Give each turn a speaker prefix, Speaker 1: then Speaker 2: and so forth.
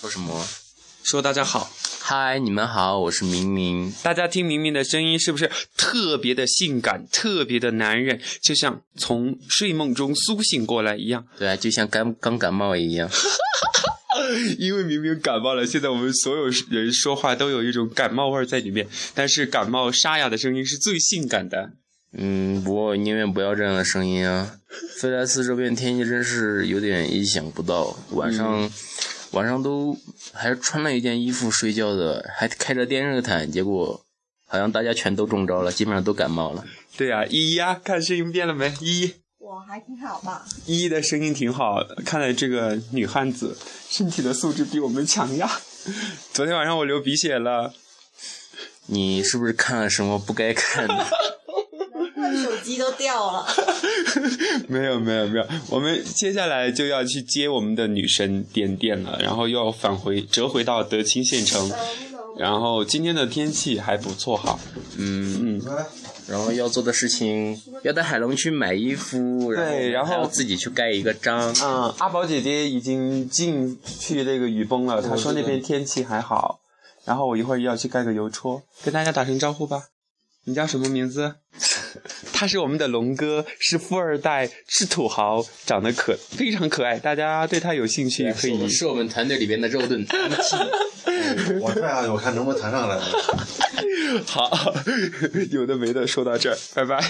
Speaker 1: 说什么？说大家好，嗨，你们好，我是明明。
Speaker 2: 大家听明明的声音是不是特别的性感，特别的男人，就像从睡梦中苏醒过来一样？
Speaker 1: 对啊，就像刚刚感冒一样。
Speaker 2: 因为明明感冒了，现在我们所有人说话都有一种感冒味儿在里面，但是感冒沙哑的声音是最性感的。
Speaker 1: 嗯，不过我宁愿不要这样的声音啊。菲莱斯这边天气真是有点意想不到，晚上、晚上都还穿了一件衣服睡觉的，还开着电热毯，结果好像大家全都中招了，基本上都感冒了。
Speaker 2: 对啊，依依啊，看声音变了没？依依，
Speaker 3: 我还挺好 吧，
Speaker 2: 依依的声音挺好，看来这个女汉子身体的素质比我们强呀。昨天晚上我流鼻血了，
Speaker 1: 你是不是看了什么不该看的？
Speaker 3: 手机都掉 了。
Speaker 2: 没有没有没有，我们接下来就要去接我们的女神点点了，然后又要返回折回到德清县城。然后今天的天气还不错哈，嗯嗯，
Speaker 1: 然后要做的事情，要带海龙去买衣服，然后
Speaker 2: 对然后
Speaker 1: 还要自己去盖一个章。
Speaker 2: 嗯，阿宝姐姐已经进去那个雨崩了，她说那边天气还好。然后我一会儿要去盖个邮戳，跟大家打声招呼吧。你叫什么名 字？他是我们的龙哥，是富二代，是土豪，长得可非常可爱，大家对他有兴趣可以。
Speaker 1: 是我们团队里边的肉盾。
Speaker 4: 我看下去，我看能不能谈上来。
Speaker 2: 好，有的没的说到这儿，拜拜。